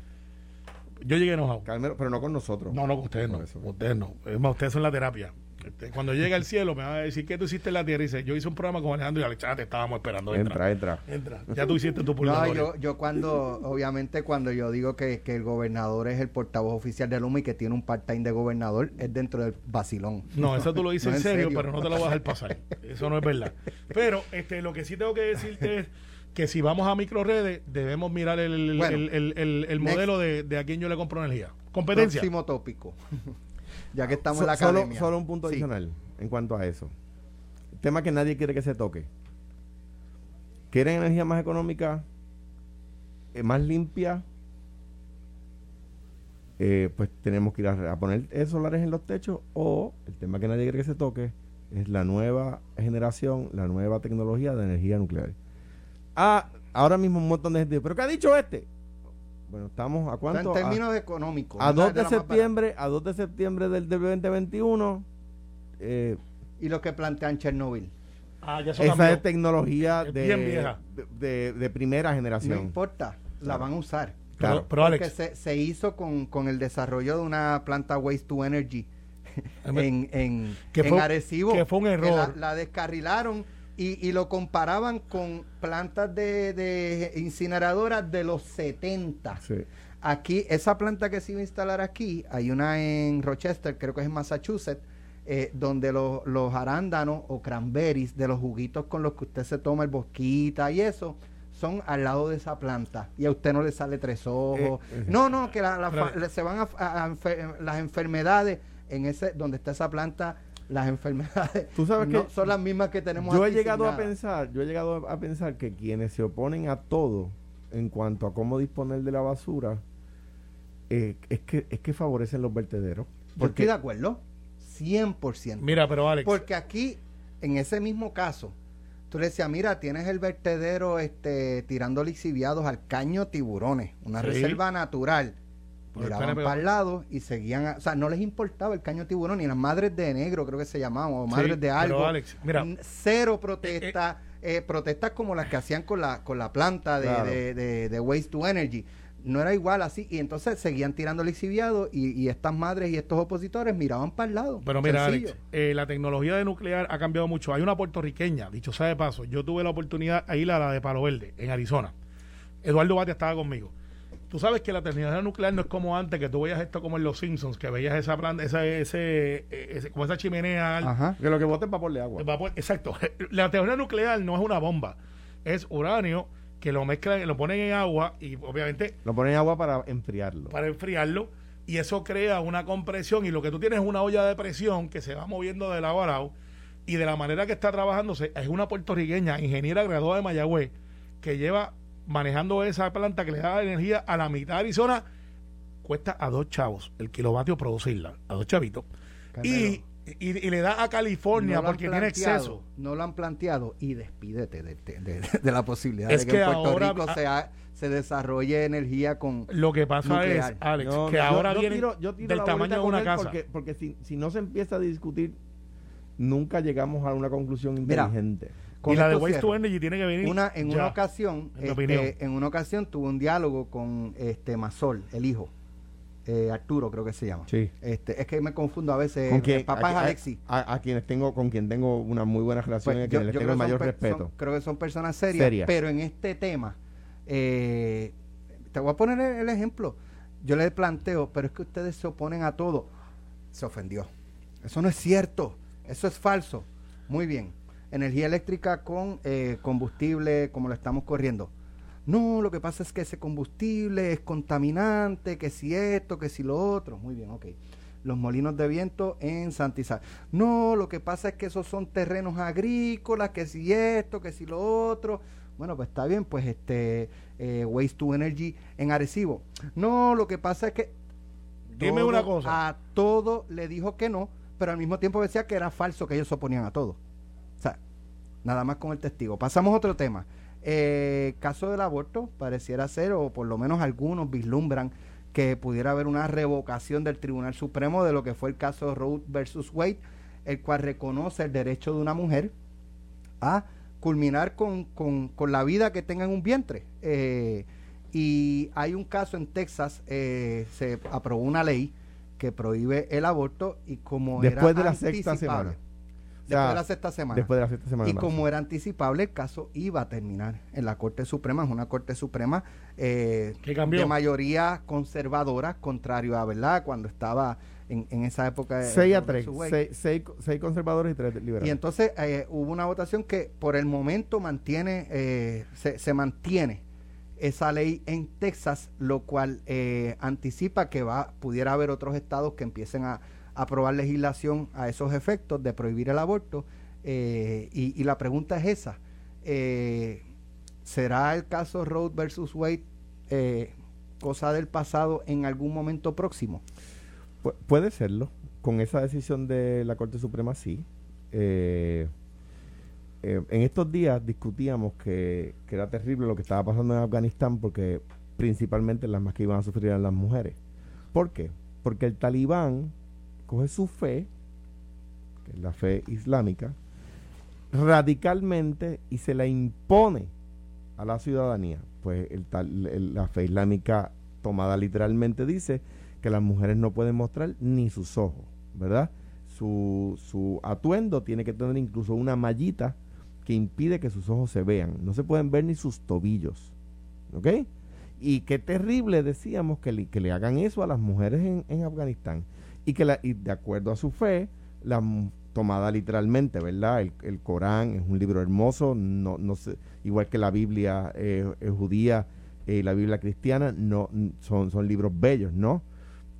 Yo llegué enojado. Carmelo, pero no con nosotros. No, no, con ustedes no. Por eso. con Ustedes no. Es más, ustedes son la terapia. Este, Cuando llega al cielo, me van a decir, ¿qué tú hiciste en la tierra? Y dice, yo hice un programa con Alejandro y Alex, ah, te estábamos esperando. Entra, entra, entra. entra. Ya tú hiciste tu No, purgatorio. yo, yo cuando, obviamente cuando yo digo que, que el gobernador es el portavoz oficial de Luma y que tiene un part-time de gobernador, es dentro del vacilón. No, eso tú lo dices No, en en serio, serio. pero no te lo vas a dejar pasar. Eso no es verdad. Pero este, lo que sí tengo que decirte es que si vamos a microredes, debemos mirar el, Bueno, el, el- el- el next. modelo de, de a quién yo le compro energía. Competencia. Próximo tópico. ya que estamos So- en la solo, academia. solo un punto Sí. adicional en cuanto a eso. Tema que nadie quiere que se toque. ¿Quieren energía más económica? eh, ¿Más limpia? Eh, pues tenemos que ir a, a poner eh, solares en los techos o el tema que nadie quiere que se toque es la nueva generación, la nueva tecnología de energía nuclear. Ah, ahora mismo un montón de gente, pero ¿qué ha dicho este? Bueno, estamos a O sea, cuánto? en A- términos económicos. a ¿verdad? 2 de Era más barato. septiembre, a 2 de septiembre del, del 2021, eh, Y lo que plantean Chernobyl. Ah, ya eso esa cambió. es tecnología Es de, bien vieja. de- de- de primera No generación. importa, la van a usar. Pero, claro. pero, Porque Alex, se, se hizo con, con el desarrollo de una planta Waste to Energy en, en, Que en fue- Arecibo. que fue un error. la, la descarrilaron y, y lo comparaban con plantas de, de incineradoras de los 70. Sí. Aquí, esa planta que se iba a instalar aquí, hay una en Rochester, creo que es en Massachusetts, eh, donde los, los arándanos o cranberries de los juguitos con los que usted se toma el bosquita y eso, son al lado de esa planta. Y a usted no le sale tres ojos. Eh, eh. no, no, que la- la fa- Espérate. se van a, a- a enfer- las enfermedades en ese donde está esa planta, las enfermedades Tú sabes no que son las mismas que tenemos Yo he aquí sin llegado a nada. pensar, yo he llegado a pensar que quienes se oponen a todo en cuanto a cómo disponer de la basura, eh, es que es que favorecen los vertederos. Yo estoy Porque de acuerdo, 100%. mira, pero Alex, Porque aquí, en ese mismo caso, tú le decías, mira, tienes el vertedero este, tirando lixiviados al caño tiburones, una Sí. reserva natural. Por el Miraban canapé. para el lado y seguían, a- o sea, no les importaba el caño tiburón, ni las madres de negro, creo que se llamaban, o Sí, madres de pero algo. Alex, mira. eh, N- Cero protestas, protestas como las que hacían con la, con la planta de, Claro. de- de- de Waste to Energy. No era igual así, y entonces seguían tirando lixiviados y, y estas madres y estos opositores miraban para el lado. Pero mira, Sencillo. Alex, eh, la tecnología de nuclear ha cambiado mucho. Hay una puertorriqueña, dicho sea de paso, yo tuve la oportunidad a ir a la de Palo Verde, en Arizona. Eduardo Batia estaba conmigo. Tú sabes que la tecnología nuclear no es como antes, que tú veías esto como en Los Simpsons, que veías esa planta, esa, ese, eh, ese- como esa chimenea, al- Ajá. que lo que voten vapor de agua. el vapor- exacto. La teoría nuclear no es una bomba, es uranio que lo mezclan, lo ponen en agua y obviamente Lo ponen en agua para enfriarlo. para enfriarlo y eso crea una compresión y lo que tú tienes es una olla de presión que se va moviendo de lado a lado y de la manera que está trabajándose es una puertorriqueña, ingeniera graduada de Mayagüez, que lleva manejando esa planta que le da energía a la mitad de Arizona, cuesta a dos chavos el kilovatio producirla, a dos chavitos. Y, y- y le da a California No lo han porque tiene planteado, exceso. No lo han planteado y despídete de, de- de- de la posibilidad Es de que, que en Puerto ahora- Rico se, ha- se desarrolle energía con... Lo que pasa Nuclear. es, Alex, No, que no, yo- ahora yo viene tiro- yo tiro del la tamaño bolita de con una él casa. Porque, porque si, si no se empieza a discutir, nunca llegamos a una conclusión Mira, inteligente. con y la de esto Waste to cierro. Energy tiene que venir. Una, en ya. una ocasión, en mi este, opinión. en una ocasión tuve un diálogo con este Masol, el hijo. Eh, Arturo creo que se llama. Sí. Este, es que me confundo a veces. Con ah, el quien- eh, papá a- es a- Alexi. A, a quienes tengo, con quien tengo una muy buena relación Pues, y a yo- quienes yo les tengo creo el que son mayor per- respeto. son- creo que son personas serias, Serias. pero en este tema, eh, te voy a poner el, el ejemplo. Yo le planteo, pero es que ustedes se oponen a todo. Se ofendió. Eso no es cierto. Eso es falso. Muy bien. energía eléctrica con eh, combustible como lo estamos corriendo. No, lo que pasa es que ese combustible es contaminante, que si esto, que si lo otro. Muy bien, ok. Los molinos de viento en Santizar. No, lo que pasa es que esos son terrenos agrícolas, que si esto, que si lo otro. Bueno, pues está bien, pues este eh, Waste to Energy en Arecibo. No, lo que pasa es que. Dime todo- una cosa. A todo le dijo que no, pero al mismo tiempo decía que era falso que ellos se oponían a todo. O sea, nada más con el testigo. Pasamos a otro tema. Eh, caso del aborto, pareciera ser, o por lo menos algunos vislumbran que pudiera haber una revocación del Tribunal Supremo de lo que fue el caso Roe versus Wade, el cual reconoce el derecho de una mujer a culminar con, con- con la vida que tenga en un vientre. Eh, y hay un caso en Texas, eh, se aprobó una ley que prohíbe el aborto y como era Después de la sexta anticipable- semana. Después O sea, de la sexta semana. Después de la sexta semana. Y de como embarazo. era anticipable, el caso iba a terminar en la Corte Suprema. Es una Corte Suprema eh, ¿Qué cambió? de mayoría conservadora, contrario a, ¿verdad?, cuando estaba en, en esa época. de- 6 a de 3. Roe v. Wade. 6 conservadores y 3 liberales. Y entonces eh, hubo una votación que por el momento mantiene, eh, se, se mantiene esa ley en Texas, lo cual eh, anticipa que va, pudiera haber otros estados que empiecen a a aprobar legislación a esos efectos de prohibir el aborto. eh, y, y la pregunta es esa. eh, ¿Será el caso Roe versus Wade eh, cosa del pasado en algún momento próximo? Pu- puede serlo. Con esa decisión de la Corte Suprema, sí. Eh, eh, en estos días discutíamos que, que era terrible lo que estaba pasando en Afganistán porque principalmente las más que iban a sufrir eran las mujeres. ¿Por qué? Porque el talibán coge su fe, que es la fe islámica, radicalmente y se la impone a la ciudadanía. Pues el tal- el- la fe islámica tomada literalmente dice que las mujeres no pueden mostrar ni sus ojos, ¿verdad? Su, su atuendo tiene que tener incluso una mallita que impide que sus ojos se vean. No se pueden ver ni sus tobillos, ¿ok? Y qué terrible decíamos que le, que le hagan eso a las mujeres en, en Afganistán. Y que la, y de acuerdo a su fe, la mu- tomada literalmente, ¿verdad? El, el Corán es un libro hermoso, no, no sé, igual que la Biblia eh, eh, judía eh, y la Biblia cristiana, no n- son, son libros bellos, ¿no?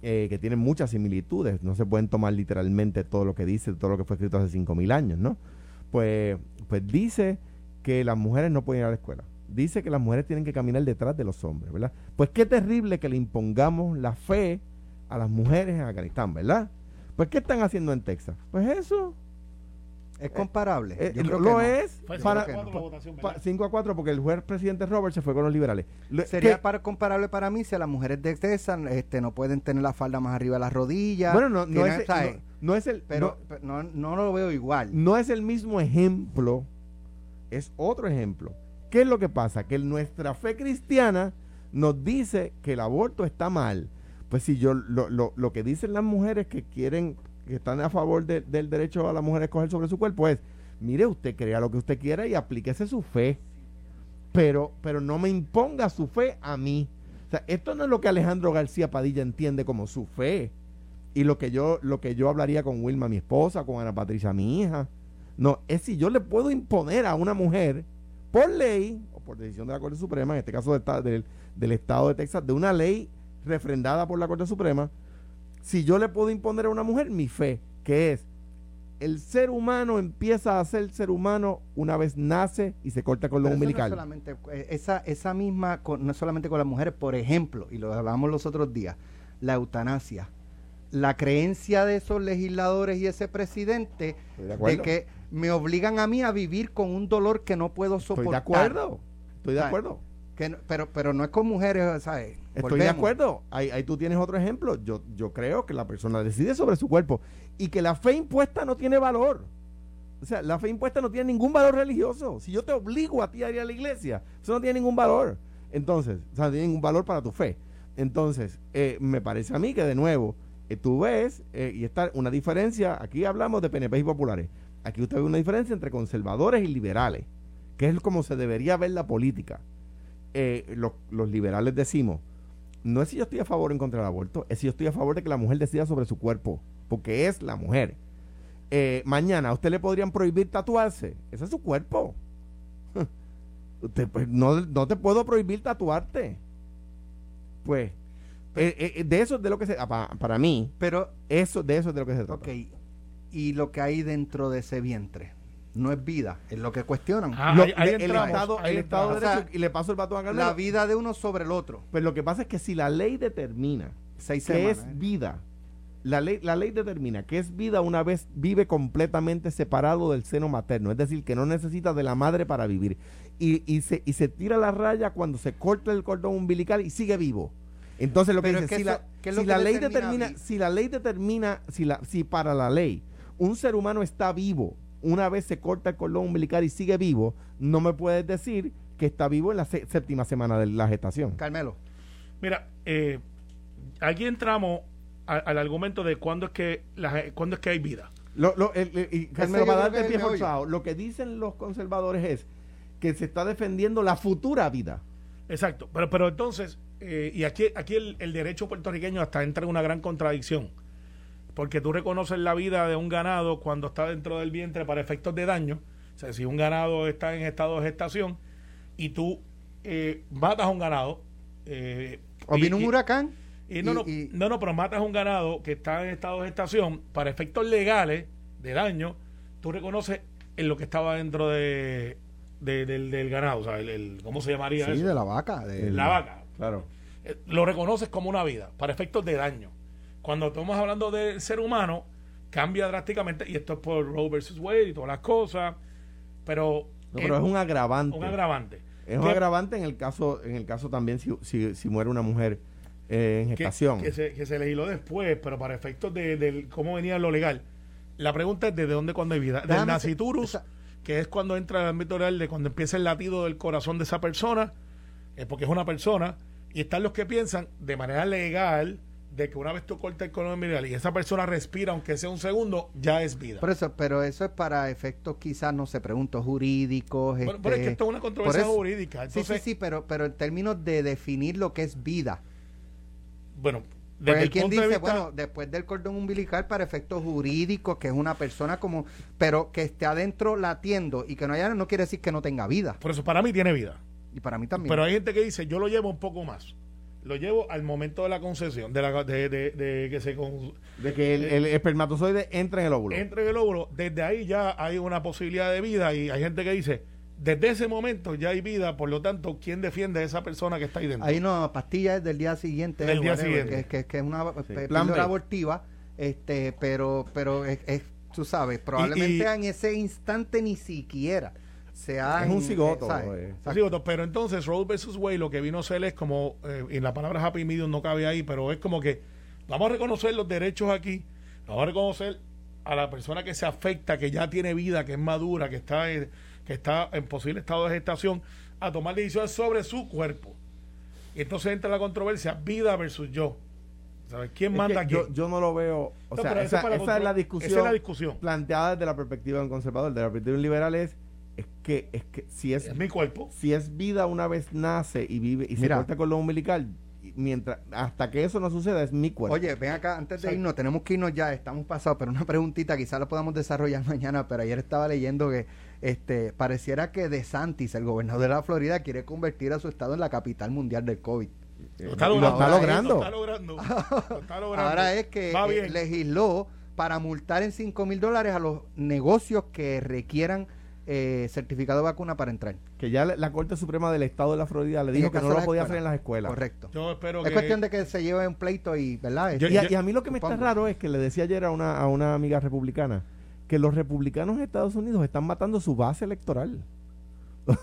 eh, que tienen muchas similitudes. No se pueden tomar literalmente todo lo que dice, todo lo que fue escrito hace 5.000 años, ¿no? Pues, pues dice que las mujeres no pueden ir a la escuela. Dice que las mujeres tienen que caminar detrás de los hombres, ¿verdad? Pues qué terrible que le impongamos la fe a las mujeres en Afganistán, ¿verdad? Pues ¿qué están haciendo en Texas? Pues eso, ¿Es comparable? eh, Yo lo, creo que no. es Fue para- cinco a cuatro la votación, ¿verdad? 5 a 4 porque el juez presidente Robert se fue con los liberales. Lo- Sería que- para- comparable para mí si a las mujeres de Texas este, no pueden tener la falda más arriba de las rodillas. bueno, no, no, tienen, es, ¿sabes? no- no es el... pero no- pero no, no lo veo igual. no es el mismo ejemplo, es otro ejemplo. ¿Qué es lo que pasa? Que nuestra fe cristiana nos dice que el aborto está mal. Pues si yo lo, lo- lo que dicen las mujeres que quieren, que están a favor de- del derecho a la mujer a escoger sobre su cuerpo es, mire, usted crea lo que usted quiera y aplíquese su fe. Pero, pero no me imponga su fe a mí. O sea, esto no es lo que Alejandro García Padilla entiende como su fe y lo que yo lo que yo hablaría con Wilma mi esposa con Ana Patricia mi hija no es si yo le puedo imponer a una mujer por ley o por decisión de la Corte Suprema en este caso de esta- del, del estado de Texas de una ley refrendada por la Corte Suprema si yo le puedo imponer a una mujer mi fe que es el ser humano empieza a ser ser humano una vez nace y se corta con lo Pero eso no es umbilical solamente- eh, esa, esa misma, con- no es solamente con las mujeres, por ejemplo, y lo hablábamos los otros días, la eutanasia. La creencia de esos legisladores y ese presidente Estoy de de acuerdo. que me obligan a mí a vivir con un dolor que no puedo soportar. estoy de acuerdo estoy de Claro. acuerdo Que no- pero, pero no es con mujeres, ¿sabes? Estoy de Volvemos. acuerdo. Ahí, ahí tú tienes otro ejemplo. Yo, yo creo que la persona decide sobre su cuerpo y que la fe impuesta no tiene valor. O sea, la fe impuesta no tiene ningún valor religioso. Si yo te obligo a ti a ir a la iglesia, eso no tiene ningún valor. Entonces, o sea, no tiene ningún valor para tu fe. Entonces, eh, me parece a mí que de nuevo, eh, tú ves, eh, y está una diferencia, aquí hablamos de PNP y populares, aquí usted ve una diferencia entre conservadores y liberales, que es como se debería ver la política. Eh, los, los liberales decimos, no es si yo estoy a favor o en contra del aborto, es si yo estoy a favor de que la mujer decida sobre su cuerpo, porque es la mujer. eh, mañana a usted le podrían prohibir tatuarse. Ese es su cuerpo. Usted, pues, no, no te puedo prohibir tatuarte. Pues, eh, eh, de eso es de lo que se. ah, pa- Para, mí, Pero, eso, de eso es de lo que se trata. ok, y lo que hay dentro de ese vientre no es vida, es lo que cuestionan. Ah, Lo- ahí- ahí le- el entramos, Estado, ahí el Estado de entramos. Derecho, O sea, y le paso el batón a Carmelo. la vida de uno sobre el otro. Pues lo que pasa es que si la ley determina Seis que semanas, es ¿eh? vida, la ley, la ley determina que es vida una vez vive completamente separado del seno materno, es decir, que no necesita de la madre para vivir. Y, y se, y se tira la raya cuando se corta el cordón umbilical y sigue vivo. Entonces lo que Pero dice, es que si, eso- la, ¿qué es lo si que la ley determina determina, vi- si la ley determina, si, la, si para la ley un ser humano está vivo, una vez se corta el cordón umbilical y sigue vivo, no me puedes decir que está vivo en la sé- séptima semana de la gestación. Carmelo, Mira, eh, aquí entramos a- al argumento de cuándo es que la- cuándo es que hay vida. Lo, lo- el- el- y Carmelo, yo para creo que darte el es pie el meollo. forzado, lo que dicen los conservadores es que se está defendiendo la futura vida. Exacto. Pero, pero entonces, eh, y aquí, aquí el, el derecho puertorriqueño hasta entra en una gran contradicción. Porque tú reconoces la vida de un ganado cuando está dentro del vientre para efectos de daño. O sea, si un ganado está en estado de gestación y tú eh, matas a un ganado. eh, o y- vino un y- huracán. y no, y- no, y- no, no, pero matas un ganado que está en estado de gestación para efectos legales de daño, tú reconoces en lo que estaba dentro de, de- del, del ganado, o sea, el, el- ¿cómo se llamaría Sí, eso? de la vaca. de- La vaca. Claro. Eh, Lo reconoces como una vida, para efectos de daño. Cuando estamos hablando del ser humano, cambia drásticamente, y esto es por Roe versus Wade y todas las cosas, pero, pero eh, es un agravante. un agravante. Es un Que- agravante en el caso, en el caso también si, si, si muere una mujer eh, en que, gestación. que se, que se legisló después, pero para efectos de, del cómo venía lo legal. La pregunta es desde dónde cuando hay vida. Del Déjame naciturus, esa- que es cuando entra el ámbito legal de cuando empieza el latido del corazón de esa persona, eh, porque es una persona, y están los que piensan de manera legal de que una vez tú cortas el colon umbilical y esa persona respira, aunque sea un segundo, ya es vida. Por eso, pero eso es para efectos quizás, no sé, preguntos jurídicos. este, Pero- pero es que esto es una por controversia eso. jurídica, entonces- sí, sí, sí, pero, pero en términos de definir lo que es vida. bueno, desde Porque pues, hay el quien punto dice, de vista... bueno, después del cordón umbilical para efectos jurídicos, que es una persona como, pero que esté adentro latiendo y que no haya, no quiere decir que no tenga vida. por eso para mí tiene vida. Y para mí también. Pero hay gente que dice, yo lo llevo un poco más. Lo llevo al momento de la concesión, de, la, de, de- de que se con- de que el, el espermatozoide entra en el óvulo. entre en el óvulo. Desde ahí ya hay una posibilidad de vida y hay gente que dice, desde ese momento ya hay vida, por lo tanto, ¿quién defiende a esa persona que está ahí dentro? Hay una pastilla del día siguiente. Del día whatever, siguiente. Que, que- que es una eh, Plan B. píldora abortiva, este, pero, pero es, es- tú sabes, probablemente en ese instante ni siquiera sea Es un cigoto, eh. Así, Otto, pero entonces Roe versus Wade lo que vino a hacer es como, eh, y la palabra happy medium no cabe ahí, pero es como que vamos a reconocer los derechos aquí, vamos a reconocer a la persona que se afecta, que ya tiene vida, que es madura, que está, en- que está en posible estado de gestación, a tomar decisiones sobre su cuerpo. Y entonces entra la controversia, vida versus yo. ¿Sabes? ¿Quién Es manda que aquí? yo, yo no lo veo. O No, sea, pero eso esa, es para esa control- es la discusión esa es la discusión. planteada desde la perspectiva de un conservador. De la perspectiva de un liberal es, es que, es que si es, Es mi cuerpo. si es vida una vez nace y vive y Mira. se corta con lo umbilical, y mientras, hasta que eso no suceda, es mi cuerpo. Oye, ven acá, antes de irnos, tenemos que irnos ya, estamos pasados, pero una preguntita quizás la podamos desarrollar mañana, pero ayer estaba leyendo que este pareciera que De Santis, el gobernador de la Florida, quiere convertir a su estado en la capital mundial del COVID. Lo y lo está logrando. Lo está logrando. Lo está logrando. Ahora es que Va eh, bien. legisló para multar en 5 mil dólares a los negocios que requieran eh, certificado de vacuna para entrar. que ya la, la Corte Suprema del Estado de la Florida le En dijo el que caso no de lo las podía hacer en escuelas. las escuelas. Correcto. Yo espero Es que... cuestión de que se lleve un pleito y, ¿verdad? Este, Yo- Y a, y a mí lo que me está Supongo. raro es que le decía ayer a una, a una amiga republicana que los republicanos en Estados Unidos están matando su base electoral.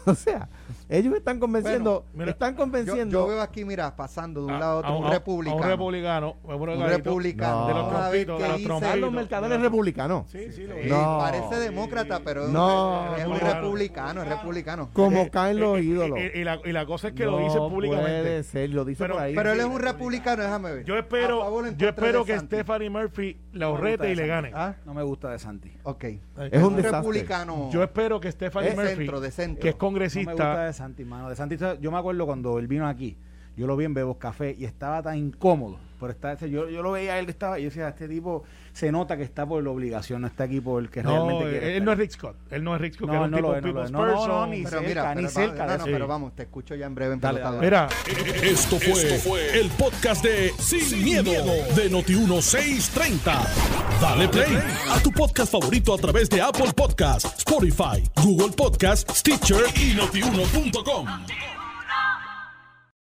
O sea, ellos están convenciendo, Bueno, mira, están Yo, convenciendo. yo veo aquí, mira, pasando de un a- lado a Ah, a otro, un a republicano. un republicano. Un Un republicano. republicano. No. De los Una vez trompitos, que de los dice- Ah, trompitos. los mercaderes No. republicanos. Sí, sí, lo Sí, No. Parece demócrata, pero es un- No. es un republicano, es republicano. Como caen los Eh, eh, ídolos. eh, y, la, y la cosa es que lo No dice Puede públicamente. ser, lo dice Pero- por ahí. Pero él es un republicano, déjame ver. Yo A favor o en espero, contra yo de espero que Santis. Stephanie Murphy la No me gusta horrete y De le gane. Santi. Ah, No me gusta de Santi. ok. Es un Un desastre. republicano. Yo espero que Stephanie De Murphy, centro, de centro. que es No me gusta congresista, de Santi, mano. De Santi, yo me acuerdo cuando él vino aquí. Yo lo vi en Bebos Café y estaba tan incómodo. Pero está, yo, yo lo veía a él que estaba y yo decía, este tipo se nota que está por la obligación, no está aquí por el que No, eh, realmente quiere. él estar. no es Rick Scott. Él no es Rick Scott, que No, era un no tipo lo es, no lo people's es. No, no, person. ni Pero cerca, mira, ni pero, cerca no, de no, eso. sí. pero vamos, te escucho ya en breve en Dale, Pelotadora. Mira, Esto fue, el podcast de Sin, miedo, de Noti1630. Dale play a tu podcast favorito a través de Apple Podcasts, Spotify, Google Podcasts, Stitcher y notiuno.com.